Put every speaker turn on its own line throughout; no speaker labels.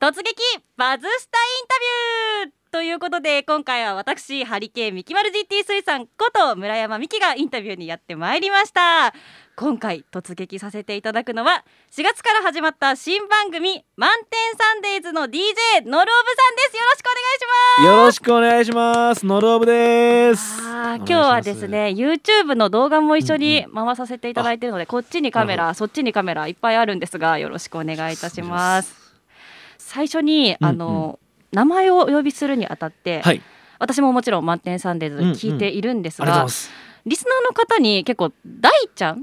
突撃バズスタインタビューということで今回は私ハリケーンミキマル GT 水産こと村山美希がインタビューにやってまいりました今回突撃させていただくのは4月から始まった新番組「満点サンデーズ」の DJ ノルオブさんですよろしくお願いします
よろしくお願いします。ノルオブです。
あー
お願いしま
今
す
日はです。ね YouTube の動画も一緒に回させていただいているので、こっちにカメ
なる
ラそっちにカメラいっぱいあるんですがよろしくお願いいたします最初に
うん
あの、名前をお呼びするにあたって、
はい、あり
私ももちろん「満点サンデーズ」聞いているんです
がとうござい
が、
ます。
リスナーの方に結構「大ちゃん」っ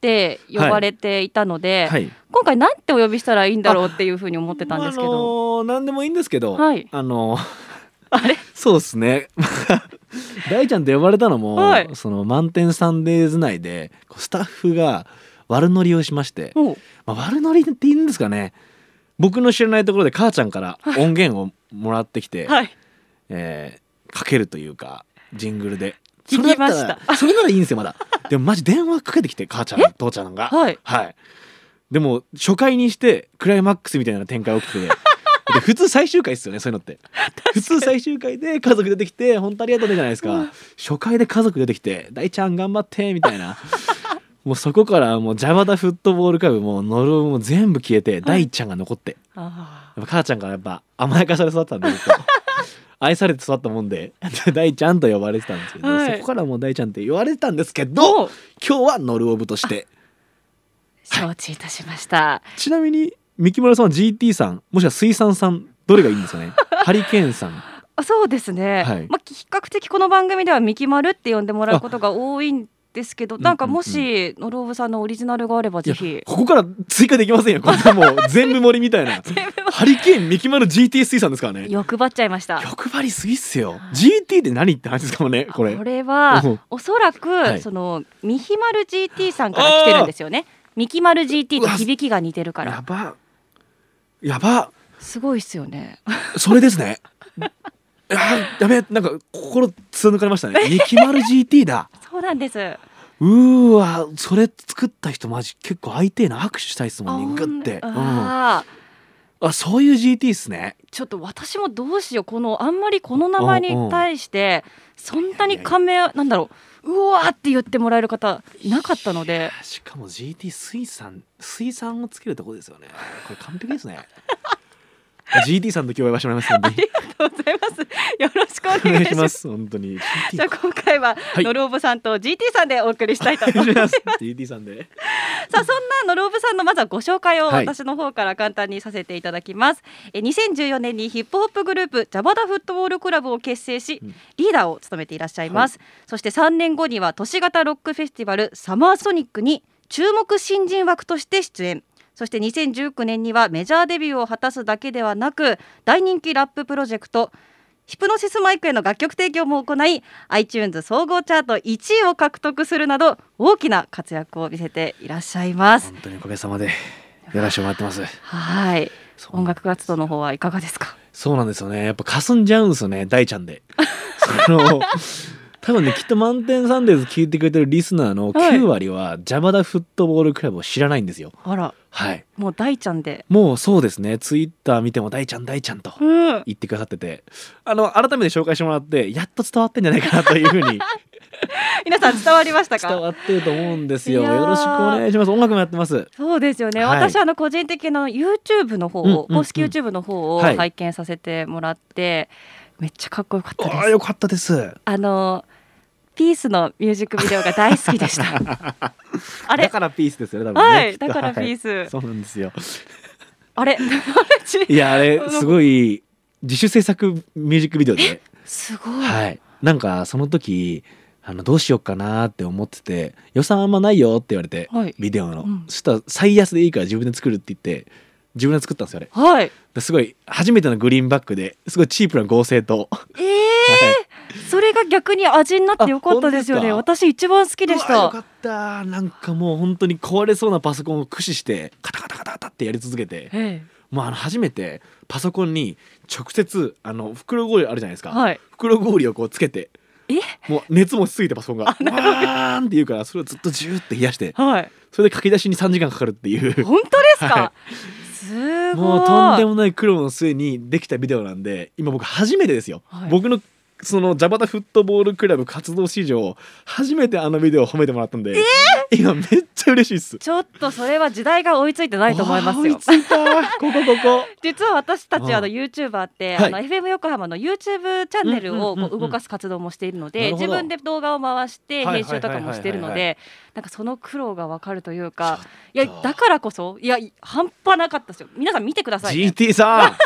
て呼ばれていたので、
はい。
今回何てお呼びしたらいいんだろうっていうふうに思ってたんですけ
まああの
ど、
ー何でもいいんですけど、
はい
あのー
あれ
そうですね。 まあ大ちゃんって呼ばれたのも、
はい
その満点サンデーズ内でこうスタッフが悪ノリをしまして、
もう
まあ、悪ノリっていいんですかね。僕の知らないところで母ちゃんから音源をもらってきて、
はい
えーかけるというかジングルで
聞きました
それだったらそれならいいんですよまだでもマジ電話かけてきて母ちゃん父ちゃんが
はい
でも初回にしてクライマックスみたいな展開 起きてで普通最終回ですよねそういうのって普通最終回で家族出てきて本当ありがとうねじゃないですか、初回で家族出てきて「大ちゃん頑張って」みた いなもうそこからもうジャマダフットボールクラブもノルウも全部消えて大ちゃんが残って
あ
やっぱ母ちゃんからやっぱ甘やかされ育ったんで僕 愛されて育ったもんで 大ちゃんと呼ばれてたんですけど、
はい
そこからもう大ちゃんって言われてたんですけ
ーも
ど
う
今日はノルオブとして
承知いたしました。
ちなみに三木村さんは GT さんもしくは水産さんどれがいいんです かねハリケーンさん
あそうですね、
はい
まあ、比較的この番組では「ミキマル」って呼んでもらうことが多いんですけどなんかもしノローブさんのオリジナルがあればぜひ
ここから追加できませんよこんなもう全部森みた いなハリケーン三木村 GT 水産ですからね
欲張っちゃいました。
欲張りすぎっすよ GT って何って話ですかもんねこれ
これは
うん
おそらく、
はい
そのミヒマル GT さんから来てるんですよね。ミキマル GT と響きが似てるか
や
ら
ばやば
すごいっすよね。
それですね。あー、やべえ、なんか心つ抜かれましたね。 ミキマル GT だ。
そうなんです。あ
うーわ、それ作った人マジ結構相手な握手したいですもん
ほ
ね。
ん
グッて。うん。あ、
あー
そういう GT っすね。
ちょっと私もどうしようこのあんまりこの名前に対してそんなに感銘なんだろううわーって言ってもらえる方いなかったので。
しかも GT 水産水産をつけるとこですよね。これ完 璧ですね。GT さんと今日は呼ばせてもらいますの
あ
で。
りがとうございます。よろしくお
お
願
願
い
い
し
し
ま。
ますす。本当に。
じゃあ今回は、
い
ノルオブさんと GT さんでお送りしたいと思います。
す。GT さんで。
さあそんなノルオブさんのまずはご紹介を
はい
私の方から簡単にさせていただきます。え2014年にヒップホップグループジャバダフットボールクラブを結成し、
うん
リーダーを務めていらっしゃいます。そして3年後には都市型ロックフェスティバルサマーソニックに注目新人枠として出演。そして2019年にはメジャーデビューを果たすだけではなく大人気ラッププロジェクトヒプノシスマイクへの楽曲提供も行い iTunes 総合チャート1位を獲得するなど大きな活躍を見せていらっしゃいます
本当におかげさまでやらせてもらってます。
はい
そう
音楽活動の方はいかがですか
そうなんですよね。やっぱ霞んじゃうんですよね、大ちゃ んで。その多分ね、きっと満点サンデーズ聞いてくれてるリスナー
は
の
い
9割は、ジャバダフットボールクラブを知らないんですよ。
あら
はい。
もう大ちゃんで
もうそうですね、ツイッター見ても大ちゃん大ちゃんと
うん
言ってくださってて、あの、改めて紹介してもらって、やっと伝わってんじゃないかなというふ うに
皆さん伝わりましたか
伝わってると思うんですよ。
いやー
よろしくお願いします。音楽もやってます。
そうですよね、
はい
私あの個人的な YouTube の方を、
うんうんうん
公式 YouTube の方を
はい
拝見させてもらって、めっちゃかっこよかったです
ああ、よかったです。
あのピースのミュージックビデオが大好きでした あれ
だからピースですよね、多分ね。
はい
きっと
だからピー
は
ス
いそうなんですよ。
あれ あれ
いやあれ
あの
すごい自主制作ミュージックビデオで、
すごい、
はい、なんかその時あのどうしようかなって思ってて予算あんまないよって言われて、
はい
ビデオの、
うん
そしたら最安でいいから自分で作るって言って自分で作ったんですよあれ
はい。
ですごい初めてのグリーンバックですごいチープな合成と
ええそれが逆に味になってよかったですよね。
あ本
私一番好きでし
うわよ
た。
かったなんかもう本当に壊れそうなパソコンを駆使してカタカタカタカタってやり続けて
え
もうあの初めてパソコンに直接あの袋氷あるじゃないです
え
か、
はい。
袋氷をこうつけて
え
もう熱持ちすぎてパソコンがわーンっていうからそれをずっとジューって冷やして
はい。
それで書き出しに3時間かかるっていう
本当ですか。
は
すごい
もうとんでもない苦労の末にできたビデオなんで今僕初めてですよ、
はい
僕のそのジャバタフットボールクラブ活動史上初めてあのビデオを褒めてもらったんで、今めっちゃ嬉しいっす。
ちょっとそれは時代が追いついてないと思います
わあ追
よ
いついたここここ。
実は私た
う
ち
ん
あの YouTuber って、
はい
あの FM 横浜の YouTube チャンネルを
うんうんうんう
こ
ん
う動かす活動もしているの
な
で
るほ
自
ど
分で動画を回して
はいはい
編集とかもしているの
はいはい
でなんかその苦 労がわかるという かい
ちょ
や
っと
だからこそいや半端なかったですよ皆さん見てください、ね、
GT さん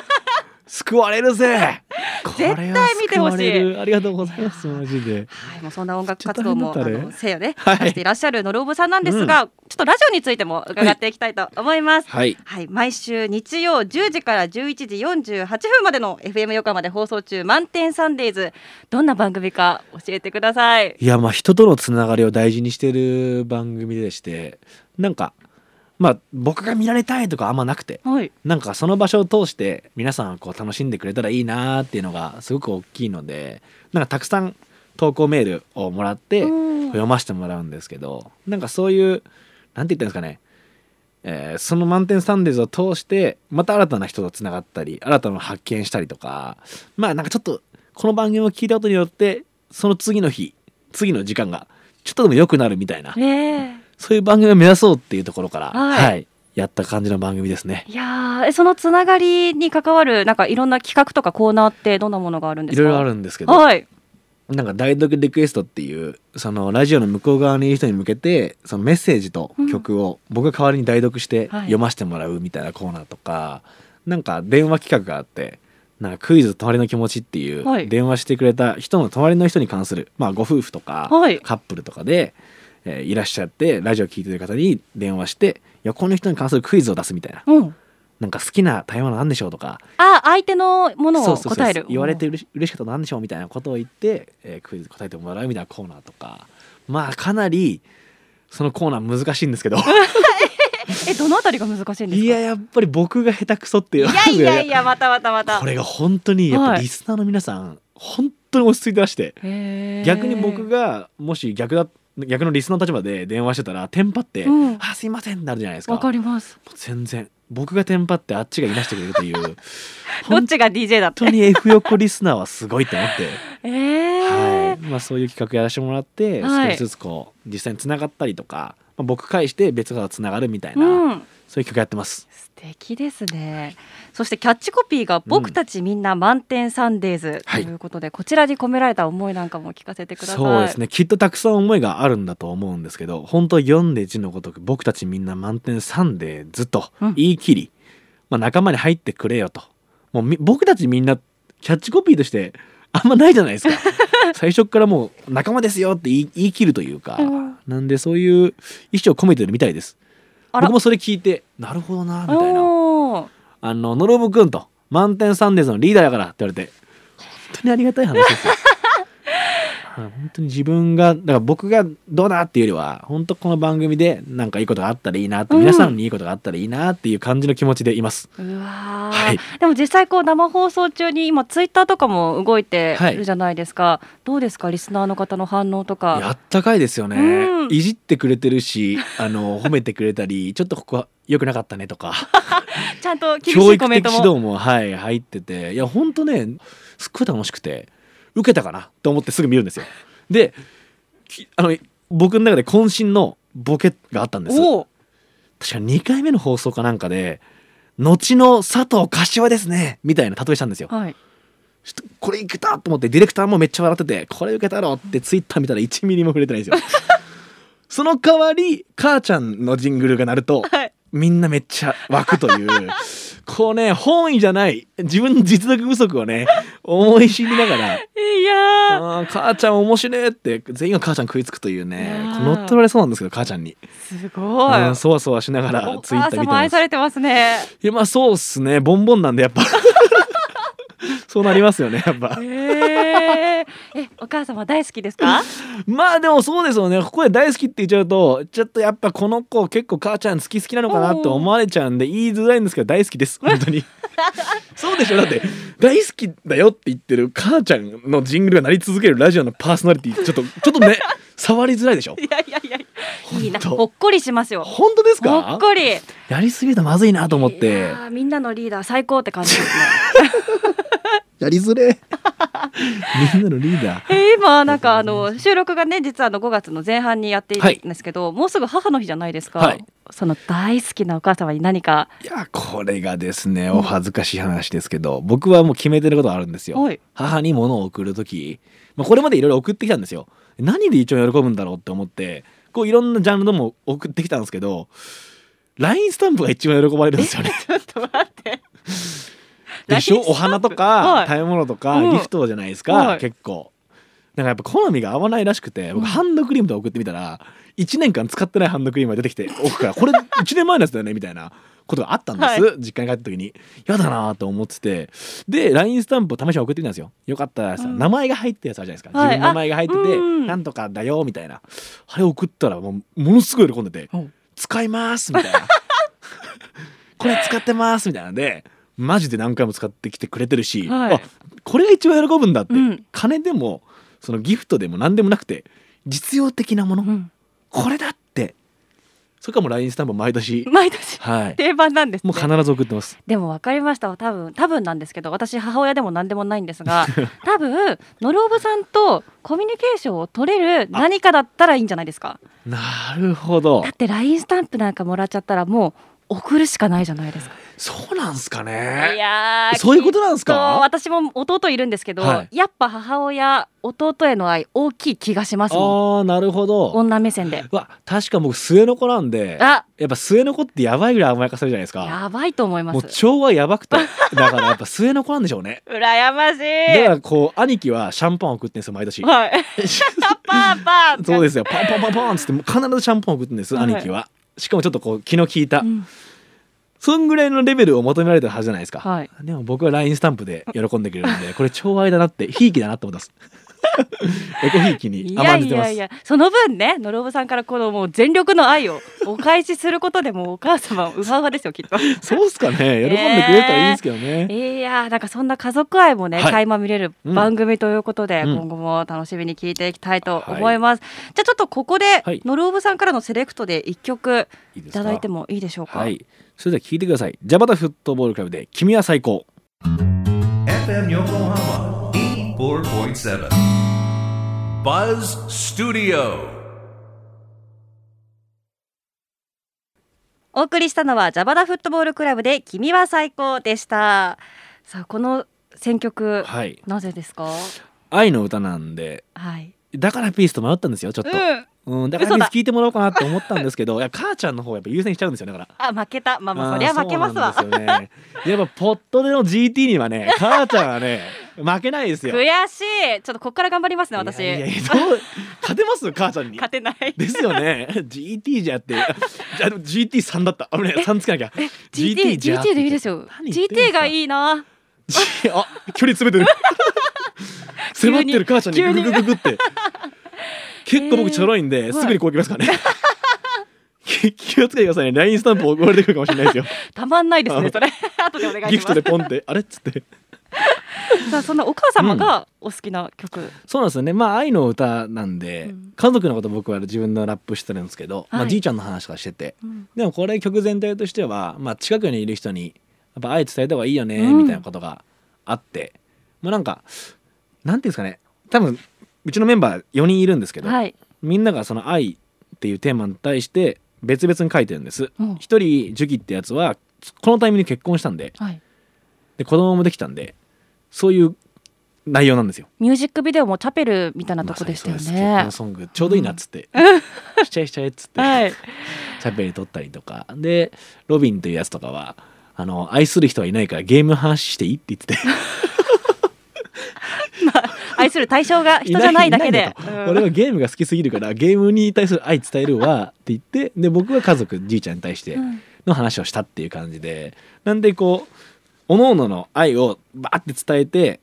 救われるぜ。
絶対見てほしい
これは救われるありがとうございますマジ で。
はい、もうそんな音楽活動も
ちょ
あ
っと大変だったね
のせいをね、
はい
出していらっしゃるのろうぼさんなんですが、ちょっとラジオについても伺っていきたいと思います。
はい。
はい、毎週日曜10時から11時48分までの FM 横浜で放送中満点サンデーズどんな番組か教えてください。
いやまあ人とのつながりを大事にしてる番組でしてなんかまあ僕が見られたいとかあんまなくて
はい、
なんかその場所を通して皆さんこう楽しんでくれたらいいなーっていうのがすごく大きいのでなんかたくさん投稿メールをもらって
うん
読ませてもらうんですけどなんかそういうなんて言ったらいいんですかね、えーその「満点サンデーズ」を通してまた新たな人とつながったり新たなのを発見したりとかまあなんかちょっとこの番組を聞いたことによってその次の日次の時間がちょっとでも良くなるみたいな
ね
そういう番組を目指そうっていうところから、
はい
はい、やった感じの番組ですね。
え、いやーえそのつながりに関わるなんかいろんな企画とかコーナーってどんなものがあるんで
い
すか
ろいろあるんですけど、
はい、
なんか「代読リクエスト」っていうそのラジオの向こう側にいる人に向けてそのメッセージと曲を僕が代わりに代読して
はい
読ませてもらうみたいなコーナーとか、なんか電話企画があって「なんかクイズ隣の気持ち」ってい
はいう
電話してくれた人の隣の人に関する、まあ、ご夫婦とか
はい
カップルとかで、えーいらっしゃってラジオ聞いてる方に電話して横の人に関するクイズを出すみたいな。
うん、
なんか好きな食べ物なんでしょうとか
あ相手のもの
そ
を
うそうそう
答える
言われてうれし嬉しかったなんでしょうみたいなことを言って、えークイズ答えてもらうみたいなコーナーとかまあかなりそのコーナー難しいんですけど
えどのあたりが難しいんですか
いややっぱり僕が下手くそっていう
いやいやい
や
やまたまたまた
これが本当にやっぱ
はい
リスナーの皆さん、本当に落ち着いてらして
へー
逆に僕がもし逆だ逆のリスナーの立場で電話してたらテンパって「
うん
あすいません」ってなるじゃないですか
わかります
もう全然僕がテンパってあっちがいなしてくれ るという
どっ
本
ちが DJ だって
当に F 横リスナーはすごいって思って。
えー
はいまあ、そういう企画やらせてもらって、
はい
少しずつこう実際につながったりとか、まあ、僕介して別の方がつながるみたいな、
うん
そういう企画やってます。
素敵ですねそしてキャッチコピーが「僕たちみんな満点サンデーズ」と
はい
いうことで、こちらに込められた思いなんかも聞かせてください
そうですねきっとたくさん思いがあるんだと思うんですけど本当読んで字のごとく僕たちみんな満点3でずっと
うん
言い切り、まあ、仲間に入ってくれよともうみ僕たちみんなキャッチコピーとしてあんまないじゃない ですか最初からもう仲間ですよって言い言い切るというか、
うん
なんでそういう意思を込めてるみたいです
あら
僕もそれ聞いてなるほどなみたいな
おー
あの、のろぶくんと、満点サンデーズのリーダーやからって言われて、本当にありがたい話ですよ。 はい本当に自分が、だから僕がどうだっていうよりは、本当この番組でなんかいいことがあったらいいなって、
うん
皆さんにいいことがあったらいいなっていう感じの気持ちでいます。
うわー、
はい
でも実際こう生放送中に今ツイッターとかも動いてるじゃないですか、どうですかリスナーの方の反応と
いやあ
か
ったかいですよね、
うん
いじってくれてるし、あの、褒めてくれたり、ちょっとここは良くなかったねとか、
ちゃんと厳し
教
い
育
コ
的
メン
指
トも
導も、はい、入ってて、いや、本当ね、すっごい楽しくて、受けたかなと思ってすぐ見るんですよ。で、きあの、僕の中で渾身のボケがあったんです。
おー
確か2回目の放送かなんかで、後の佐藤柏ですねみたいな例えしたんですよ。
はい、
ちょっとこれいけたと思って、ディレクターもめっちゃ笑ってて、これ受けたろってツイッター見たら1ミリも触れてないん ですよ。その代わり、母ちゃんのジングルが鳴ると、
はい、
みんなめっちゃ湧くという こうね本意じゃない自分の実力不足をね思い知りながら
いやー
あー母ちゃん面白いって全員が母ちゃん食いつくという
い
ね
やー
乗っ取られそうなんですけど母ちゃんに
すごい
うんそわそわしながら
お
ツイッタ
母
ー見て
様
ま
愛
す
されてますね
いやまあそうっすねボンボンなんでや っぱそうなりますよねやっぱ
へーえ、お母様大好きですか？
まあでもそうですよねここで大好きって言っちゃうとちょっとやっぱこの子結構母ちゃん好き好きなのかなって思われちゃうんで言いづらいんですけど大好きです本 当にそうでしょだって大好きだよって言ってる母ちゃんのジングルが鳴り続けるラジオのパーソナリティちょっとちょっとね触りづらいでしょ
いやいやいや、いいな
ほんと
ほっこりしますよ
本当です
ほ
か
っこり
やりすぎるとまずいなと思っ
い
て
やーみんなのリーダー最高って感じですね
やりづれ みんなのリーダー
えー今なんかあの収録がね実はあの5月の前半にやっているんですけど、もうすぐ母の日じゃないですか、
はい
その大好きなお母様に何か
いやこれがですねお恥ずかしい話ですけど、僕はもう決めてることがあるんですよ
おい
母に物を送る時、まあ、これまでいろいろ送ってきたんですよ何で一応喜ぶんだろうって思ってこういろんなジャンルのも送ってきたんですけど LINE スタンプが一番喜ばれるんですよね
ちょっと待って
でしょ
LINE
お花とか、
はい
食べ物とか、
うん
ギフトじゃないですか、
はい
結構なんかやっぱ好みが合わないらしくて僕
うん
ハンドクリームとか送ってみたら1年間使ってないハンドクリームが出て きて奥からこれ1年前のやつだよねみたいなことがあったんです、
は
実家に帰った時にやだなと思っててで LINE スタンプを試しに送ってみたんですよよかったらさ、
うん
名前が入ってるやつあるじゃないですか、
はい
自分の名前が入って
あ
て、
うん
なんとかだよみたいなあれ送ったらもうものすごい喜んでて
うん
「使います」みたい な「これ使ってます」みたいなのでマジで何回も使ってきてくれてるし、
はい
あこれが一番喜ぶんだって、
うん
金でもそのギフトでも何でもなくて実用的なもの、
うん
これだってそれからもう LINE スタンプ毎年、
毎年
はい、
定番なんです、ね、
もう必ず送ってます。
でも分かりました多分多分なんですけど私母親でも何でもないんですが 多分のろぶさんとコミュニケーションを取れる何かだったらいいんじゃないですか
なるほど
だって LINE スタンプなんかもらっちゃったらもう送るしかないじゃないですか
そうなんすか
い
ね
やー
そういうことなんす
そう
か
私も弟いるんですけど、
は
やっぱ母親弟への愛大きい気がします
あ
もん
ーなるほど
女目線で
うわ確か僕末の子なんで
あ
やっぱ末の子ってやばいぐらい甘やかされるじゃないですか。
やばいと思いま
もう
す
調和やばくてだからやっぱ末の子なんでしょう ね
羨まし
だか
い
らこう兄貴はシャンパンを送ってんですよ毎 年
はいパンパン
そう
で
ですよパンパンパンパンっつってもう必ずシャンパンを送ってんです、
はい
兄貴はしかもちょっとこう気の利いた、
うん
そんぐらいのレベルを求められてるはずじゃないですか、
はい
でも僕は LINE スタンプで喜んでくれるんでこれ調和だなってひいきだなって思ってます エコひいき
い
に甘
や
んじ
い
てます
やいやその分ねのろぶさんからこのもう全力の愛をお返しすることでもうお母様うはうはですよきっ と
そうっすかね喜んでくれたらいいんですけどね、
いやーなんかそんな家族愛もね、
はい
垣間見れる番組ということで、
うん
今後も楽しみに聞いていきたいと思います、じゃあちょっとここで、
はい
のろぶさんからのセレクトで一曲
いいで
い
すか
ただいてもいいでしょうか、
はいそれでは聞いてくださいジャパタフットボールクラブで君は最高
FM Yokohama 84.7. Buzz Studio.
お送りしたのはジャバダフットボールクラブで君は最高でしたさあこの選曲、
はい
なぜですか
愛の歌なんで
はい
だからピースと迷ったんですよちょっと、
うん
うんだから
嘘
ピ
だ
ース聞いてもらおうかなと思ったんですけどいや母ちゃんの方やっぱ優先しちゃうんですよねだから。
あ負けたまあまあそりゃ負けますわ
あーそうなんですよね、やっぱポットでの GT にはね母ちゃんはね負けないですよ。
悔しいちょっとここから頑張りますね私
いやいやいやどう勝てます母ちゃんに。
勝てない
ですよね GT じゃってあじゃあでも GT3 だった危ねえ3つけなきゃ
GT, GT でいいですよ
何言ってんす
GT
か
がいいな
G- あ距離詰 めてる
急に
迫ってる母ちゃんに
急
グ
に
ググググって結構僕ちょろいんで、すぐにこう行きますからね、 気気をつけてくださいね LINE スタンプ送られてくるかもしれないですよ
たまんないです
あ
ね
の
それ 後でお願い
ギ
し
フ
ま
ト
す
でポンってあれっつって
さあそんなお母様がお好きな曲、
そうなんですよねまあ愛の歌なんで、
うん
家族のこと僕は自分のラップしてるんですけど、ま
は
あ、
い
じいちゃんの話とかしてて
うん
でもこれ曲全体としては、まあ、近くにいる人にやっぱ愛伝えた方がいいよね
うん
みたいなことがあって、もうなんかなんていうんですかね多分うちのメンバー4人いるんですけど、
はい、
みんながその愛っていうテーマに対して別々に書いてるんです。
うん
一人ジュキってやつはこのタイミングで結婚したんで
はい、
で子供もできたんでそういう内容なんですよ。
ミュージックビデオもチャペルみたいなとこでしたよ
まさにそうです結
ね
婚、ソングちょうどいいなっつって、しちゃえしちゃえっつって、
はい
チャペル撮ったりとかでロビンというやつとかはあの愛する人はいないからゲームの話していいって言ってて
愛する対象が 人じゃないだけで
いな
う
い
ん
んだと俺はゲームが好きすぎるからゲームに対する愛伝えるわって言ってで僕は家族じいちゃんに対して
うん
の話をしたっていう感じでなんでこう各々の愛をバーって伝えて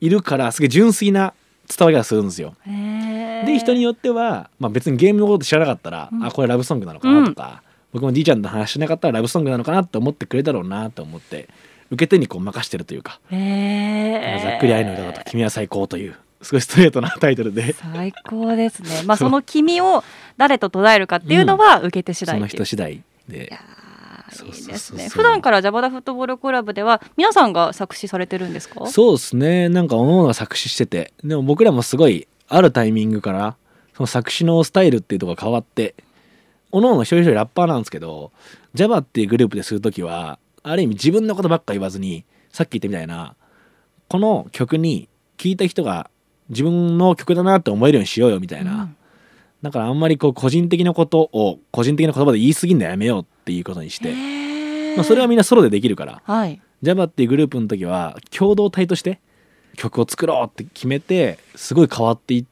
いるからすげえ純粋な伝わり方するんですよ。
へー
で人によっては、まあ、別にゲームのこと知らなかったら、
うん
あこれラブソングなのかなとか、僕もじいちゃんの話しなかったらラブソングなのかなって思ってくれたろうなと思って受け手にこう任してるというか、
へー
ざっくり愛の歌だと「君は最高」というすごいストレートなタイト ルで
最高ですね。まあ
そう
その君を誰と捉えるかっていうのは受け手次
そ
第
の
っていう。
人次第で
いやー
そう
いい
そうそうそう
ですね。普段からジャバダフットボールクラブでは皆さんが作詞されてるんですか？
そうですねなんか各々が作詞しててでも僕らもすごいあるタイミングからその作詞のスタイルっていうとこが変わって各々一人一人ラッパーなんですけど JAVA っていうグループでする時はある意味自分のことばっか言わずにさっき言ったみたいなこの曲に聴いた人が自分の曲だなって思えるようにしようよみたいな、
うん
だからあんまりこう個人的なことを個人的な言葉で言い過ぎるのやめようっていうことにして、
へー
まあ、それはみんなソロでできるから
はい。
JAVA っていうグループの時は共同体として曲を作ろうって決めてすごい変わっていっ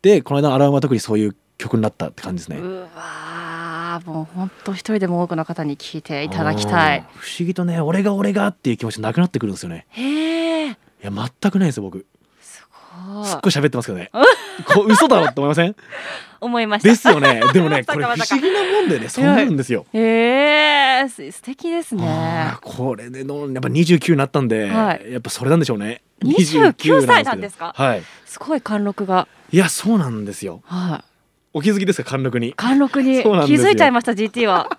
てこの間のアラウンドは特にそういう曲になったって感じですね。
うわーもう本当一人でも多くの方に聞いていただきた
うん
い。
不思議とね俺が俺がっていう気持ちなくなってくるんですよね
へえ。
いや全くないですよ僕
すごい。
すっごい喋ってますけどねこう嘘だろって思いま せん
思いました。
ですよねでもね
ま
こ
さ
れ
か
不
まさか
思議なもんでねそうなるんですよ
ええす素敵ですね
あー。これでのやっぱ29になったんで、
はい
やっぱそれなんでしょうね
29歳なんですか
けどはい
すごい貫禄が。
いやそうなんですよ
はい。
お気づきですか貫禄に
貫禄に気
そうなんですよ
づいちゃいました GT は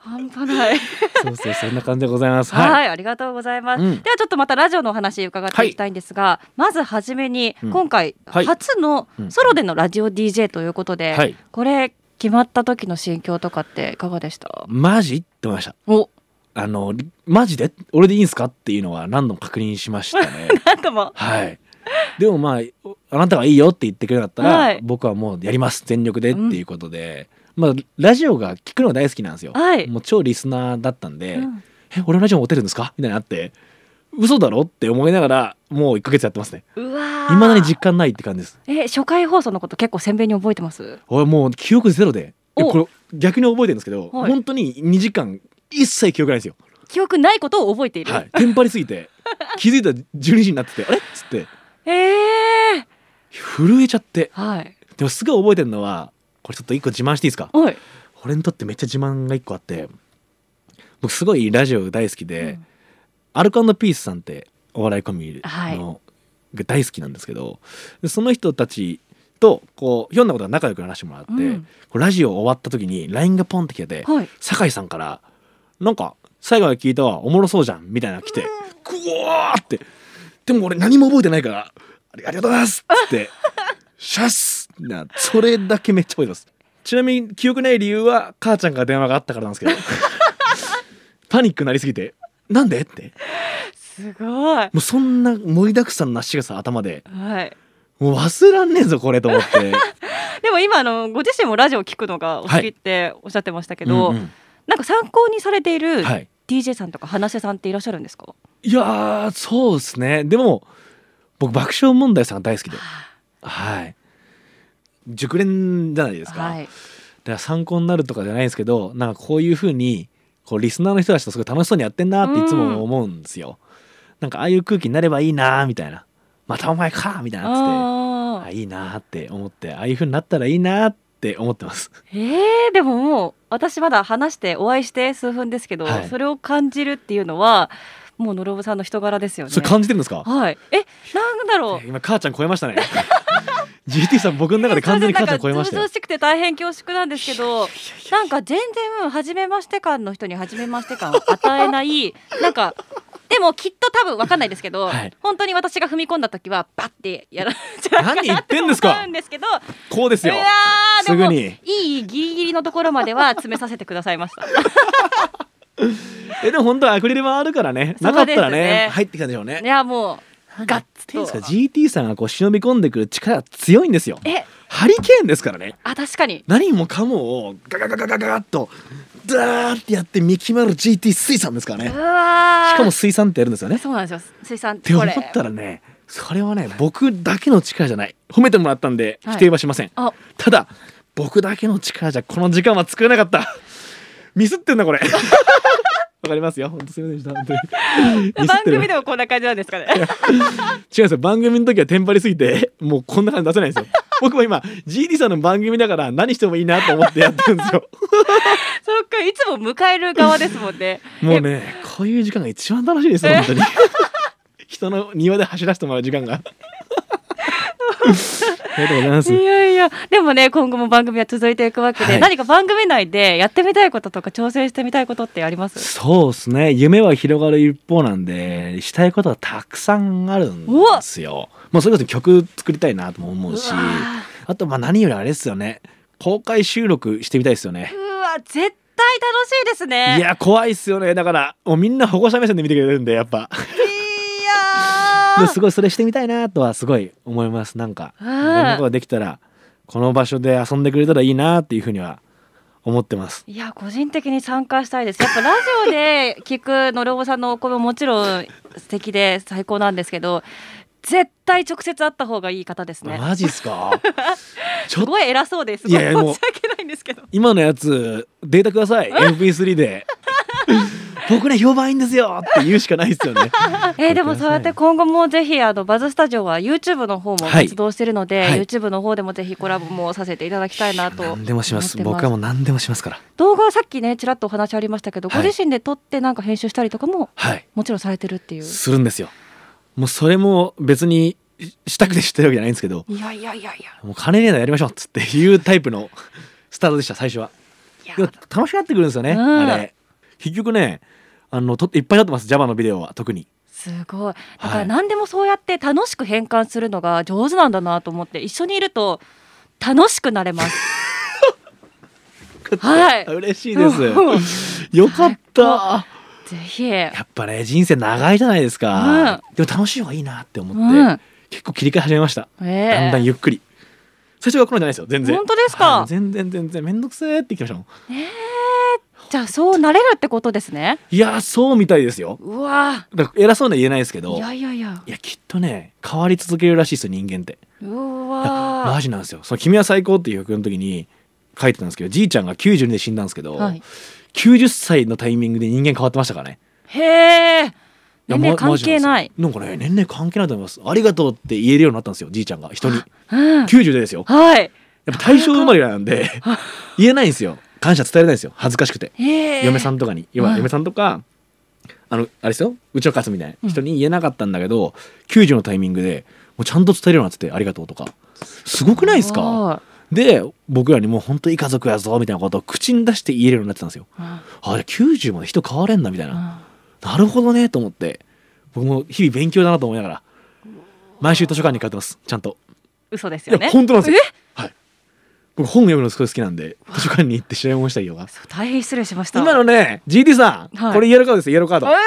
半端ない
そうそうそんな感じでございます
はい、
はい
ありがとうございます、
うん
ではちょっとまたラジオのお話伺っていきたいんですが、まずはじめに
うん
今回
はい
初の
うん
ソロでのラジオ DJ ということで、
はい
これ決まった時の心境とかっていかがでした
マジって思いました
お
あのマジで俺でいいんすかっていうのは何度も確認しました ね
なんかも
はいでもまあおあなたがいいよって言ってくれなかったら、
はい
僕はもうやります全力でっていうことで、まあラジオが聞くのが大好きなんですよ、
はい
もう超リスナーだったん
う、
で、
うん
え俺のラジオモテるんですかみたいになって嘘だろって思いながらもう1ヶ月やってますね
うわー
いまだに実感ないって感じです
え初回放送のこと結構鮮明に覚えてます
俺もう記憶ゼロでえ
お
これ逆に覚えてるんですけど、
はい
本当に2時間一切記憶ないんですよ、
記憶ないことを覚えている、
はい、テンパりすぎて気づいたら12時になっててあれっつって
ええ
震えちゃって
ー、はい
でもすごい覚えてるのはこれちょっと1個自慢していいですか
おい、
俺にとってめっちゃ自慢が1個あって僕すごいラジオ大好きで、アルコピースさんってお笑いコンビ
はい
のが大好きなんですけど、でその人たちとこうひょんなことが仲良くならしてもらって、
うん
こうラジオ終わった時に LINE がポンって来てて、
うんはい
酒井さんから「なんか最後まで聞いたわおもろそうじゃん」みたいなの来て「くわー!」ってでも俺何も覚えてないから「ありありがとうございます」っつ って「シャス!」なそれだけめっちゃ覚えてますちなみに記憶ない理由は母ちゃんから電話があったからなんで すけどパニックになりすぎて「なんで?」って
すごい
もうそんな盛りだくさんなしがさ頭で
はい
もう忘れらんねえぞこれと思って。
でも今あのご自身もラジオを聞くのがお好きっておっしゃってま したけど、
うんうん
なんか参考にされている
はい
DJ さんとか話さんっていらっしゃるんですか、
いやーそうですねでも僕爆笑問題さんが大好きで
は
はい熟練じゃないですか,、
い、
だから参考になるとかじゃないんですけどなんかこういうふうにこうリスナーの人たちとすごい楽しそうにやってんなっていつも思うんですよ、なんかああいう空気になればいいなーみたいなまたお前かーみたいなっつって
あ
あ
ー
いいなーって思ってああいうふうになったらいいなーって思ってます
えー、でももう私まだ話してお会いして数分ですけど、
はい
それを感じるっていうのはもうのろぶさんの人柄ですよね
それ感じてるんですか
はいえなんだろう
え今母ちゃん超えましたね GT さん僕の中で完全に母ちゃん超えました
いやそれでなんかずう
よ
ずうしくて大変恐縮なんですけどなんか全然初めまして感の人に初めまして感を与えない なんかでもきっと多分わかんないですけど、
はい
本当に私が踏み込んだ時はバッてやられちゃう
何言ってんですか
んですけど
こうです
う
よ
わー
す
で
ぐ
も
に
いいギリギリのところまでは詰めさせてくださいました
えでも本当はアクリル板あるからね
そうですね
なかったらね入ってきたんでしょうね
いやもうガッツ
ていうんですか
と
GT さんがこう忍び込んでくる力は強いんですよ
え
ハリケーンですからね
あ確かに
何もかもをガガガガガガガッとダーってやって見極まる GT 水産ですから
う
ね
わー
しかも水産ってやるんですよねっ
そうなんですよ水産ってて
思
こ
っ
れ
たらねそれはね僕だけの力じゃない褒めてもらったんで
はい
否定はしません、
あ
ただ僕だけの力じゃこの時間は作れなかったミスってんだこれわかりますよ本当すみませんでした本当にミス
番
ってる
組でもこんな感じなんですかね
違うんですよ番組の時はテンパりすぎて もうこんな感じ出せないん ですよ僕も今 GD さんの番組だから何してもいいなと思ってやってるんです よ
そっかいつも迎える側ですもんね
もうねこういう時間が一 番楽しいですよ本当に人の庭で走らせてもらう時間がありがとうございます
い。やいやでもね今後も番組は続いていくわけで、
はい
何か番組内でやってみたいこととか挑戦してみたいことってあります
そうですね夢は広がる一方なんでしたいことはたくさんあるんですよ。もうそれこそ曲作りたいなとも思うし
うわ
あとまあ何よりあれですよね公開収録してみたいですよね
う。わ絶対楽しいですね
いや怖いっすよねだからもうみんな保護者目線で見てくれるんでやっぱ
いや
で
ー
もすごいそれしてみたいなとはすごい思いますなんか
う
い
ん
ろんなことができたらこの場所で遊んでくれたらいいなっていうふうには思ってます。
いや個人的に参加したいですやっぱラジオで聞くのろぼさんのお声ももちろん素敵で最高なんですけど絶対直接会った方がいい方ですね
マジっ すかち
す
ょっと
ごい偉そうです
いやいや
ご
も
いう申し訳ないんですけど
今のやつデータください MP3 で僕ね評判いいんですよって言うしかないですよね
えーでもそうやって今後もぜひあのバズスタジオは YouTube の方も
はい
活動してるので、
はい
YouTube の方でもぜひコラボもさせていただきたいなと思って
何でもします僕はもう何でもしますから
動画はさっきねちらっとお話ありましたけど、
はい
ご自身で撮ってなんか編集したりとかも
はい
もちろんされてるっていう
するんですよもうそれも別にししたくてしてるわけじゃないんですけど
いやいやいやいや
もう金ねえならやりましょうっつっていうタイプの スタートでした最初はい
や
でも楽しくなってくるんですよね、
うん
あれ結局ねあのといっぱい撮ってます Java のビデオは特に
すごいだか
は
ら
い
何でもそうやって楽しく変換するのが上手なんだなと思って一緒にいると楽しくなれます はい
嬉しいです
うん
よかった、
最ぜひ
やっぱね人生長いじゃないですか、でも楽しい方がいいなって思って、
うん
結構切り替え始めました、
え
だんだん
え
ゆっくり最初はこのじゃないですよ全然
本当ですか
はい全然全然めんどくせえって言ってきましたもん
じゃあそうなれるってことですね
いやーそうみたいですよ
うわ
だから偉そうには言えないですけど
ーい
いや
やいやいや
きっとね変わり続けるらしいですよ人間って
う
マ
わ
ジなんですよその君は最高っていう曲の時に書いてたんですけどじいちゃんが92で死んだんですけど、
ーはい
90歳のタイミングで人間変わってましたからね
へえ
いや
年齢
ま
関係ない
マジんですよなんかね年齢関係ないと思いますありがとうって言えるようになったんですよじいちゃんが人に
うん
90でですよ
はい
やっぱ大正生まれなんで言えないんですよ感謝伝えられないんですよ恥ずかしくて、
へえ
嫁さんとかに今、
うん
嫁さんとかあのあれですようちの勝つみたいな人に言えなかったんだけど、90のタイミングでもうちゃんと伝えるようになっててありがとうとかすごくないですか
か
で僕らにもう本当いい家族やぞみたいなことを口に出して言えるようになってたんですよあれ90まで人変われんなみたいな、なるほどねと思って僕も日々勉強だなと思いながら毎週図書館に通ってますちゃんと
嘘です
い
よ
や
ね
本当なんですよ
え
はい僕本読むのすごい好きなんで図書館に行って調べましたよ
そう大変失礼しました
今のね GD さん、
はい
これイエローカードですよイエローカー
う
ド
わや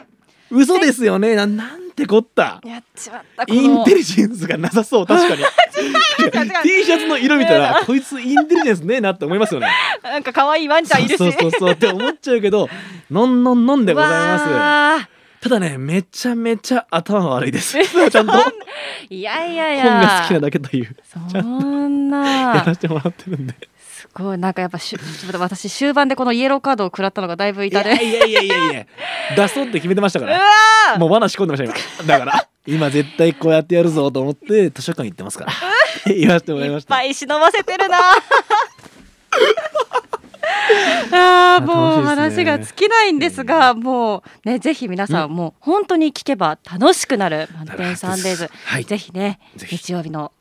ばい
嘘ですよねななんてこった
やっちまったこの
インテリジェンスがなさそう確 かに
違います
T シャツの色見たらこいつインテリジェンスねえなって思いますよね
なんか可愛いワンちゃんいるし
そうそうそうそうって思っちゃうけどのんのんのんでございます
わ
ただねめちゃめちゃ頭悪いですちゃんと本
ーいやいやいや
が好きなだけという
そん
やら
な
せてもらってるんです
ごいなんかやっぱしゅちょっと私終盤でこのイエローカードを食らったのがだいぶ
い
痛
や
で
いやいやいやいや出そうって決めてましたからもう罠仕込んでました今だから今絶対こうやってやるぞと思って図書館行ってますから 言わせてもらい
い
ま
っ
した
ぱい忍ばせてる なあーもう
楽しい
話
ですね
が尽きないんですがもうねぜひ皆さんもう本当に聞けば楽しくなる「満点サンデーズ」
はい
ぜひね
ぜひ
日曜日の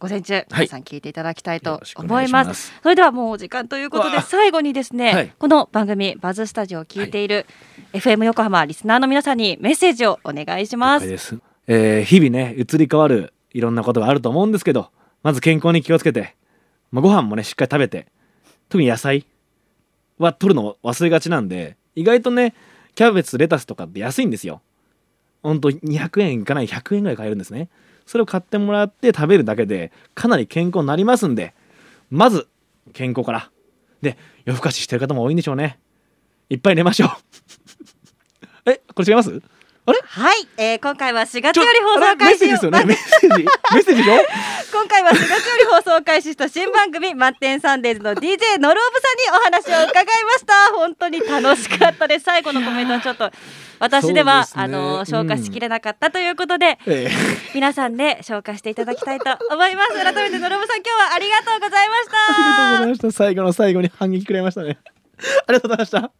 午前中皆さん聞いていただきたい
よ
と
ろしくお
思
願い
い
し
ま,、
ますす
それではもうお時間ということ
う
で
わ
最後にですね、
はい
この番組「バズスタジオ」を聞いている FM 横浜リスナーの皆さんにメッセージをお願いしま
了
す
解。です、えー日々ね移り変わるいろんなことがあると思うんですけどまず健康に気をつけて、まあ、ご飯もねしっかり食べて特に野菜は取るのを忘れがちなんで意外とねキャベツレタスとかって安いんですよほんと200円いかない100円ぐらい買えるんですねそれを買ってもらって食べるだけでかなり健康になりますんでまず健康からで夜更かししてる方も多いんでしょうねいっぱい寝ましょう えこれ違いますあれ
はい、えー、今回は4月
ちょ
より放送
あれメッ
開
セー
始
ジ
を
ですよね。メッ セージ。メッセージでしょ。
今回は4月より放送を開始した新番組「満点サンデーズ」の DJ のろうぶさんにお話を伺いました本当に楽しかったです最後のコメントはちょっと私では
そう
あ
ですね
の消化しきれなかったということで、
え
皆さんで消化していただきたいと思います改めてのろぶさん今日はありがとうございました
ありがとうございました。最後の最後に反撃くれましたね。ありがとうございました。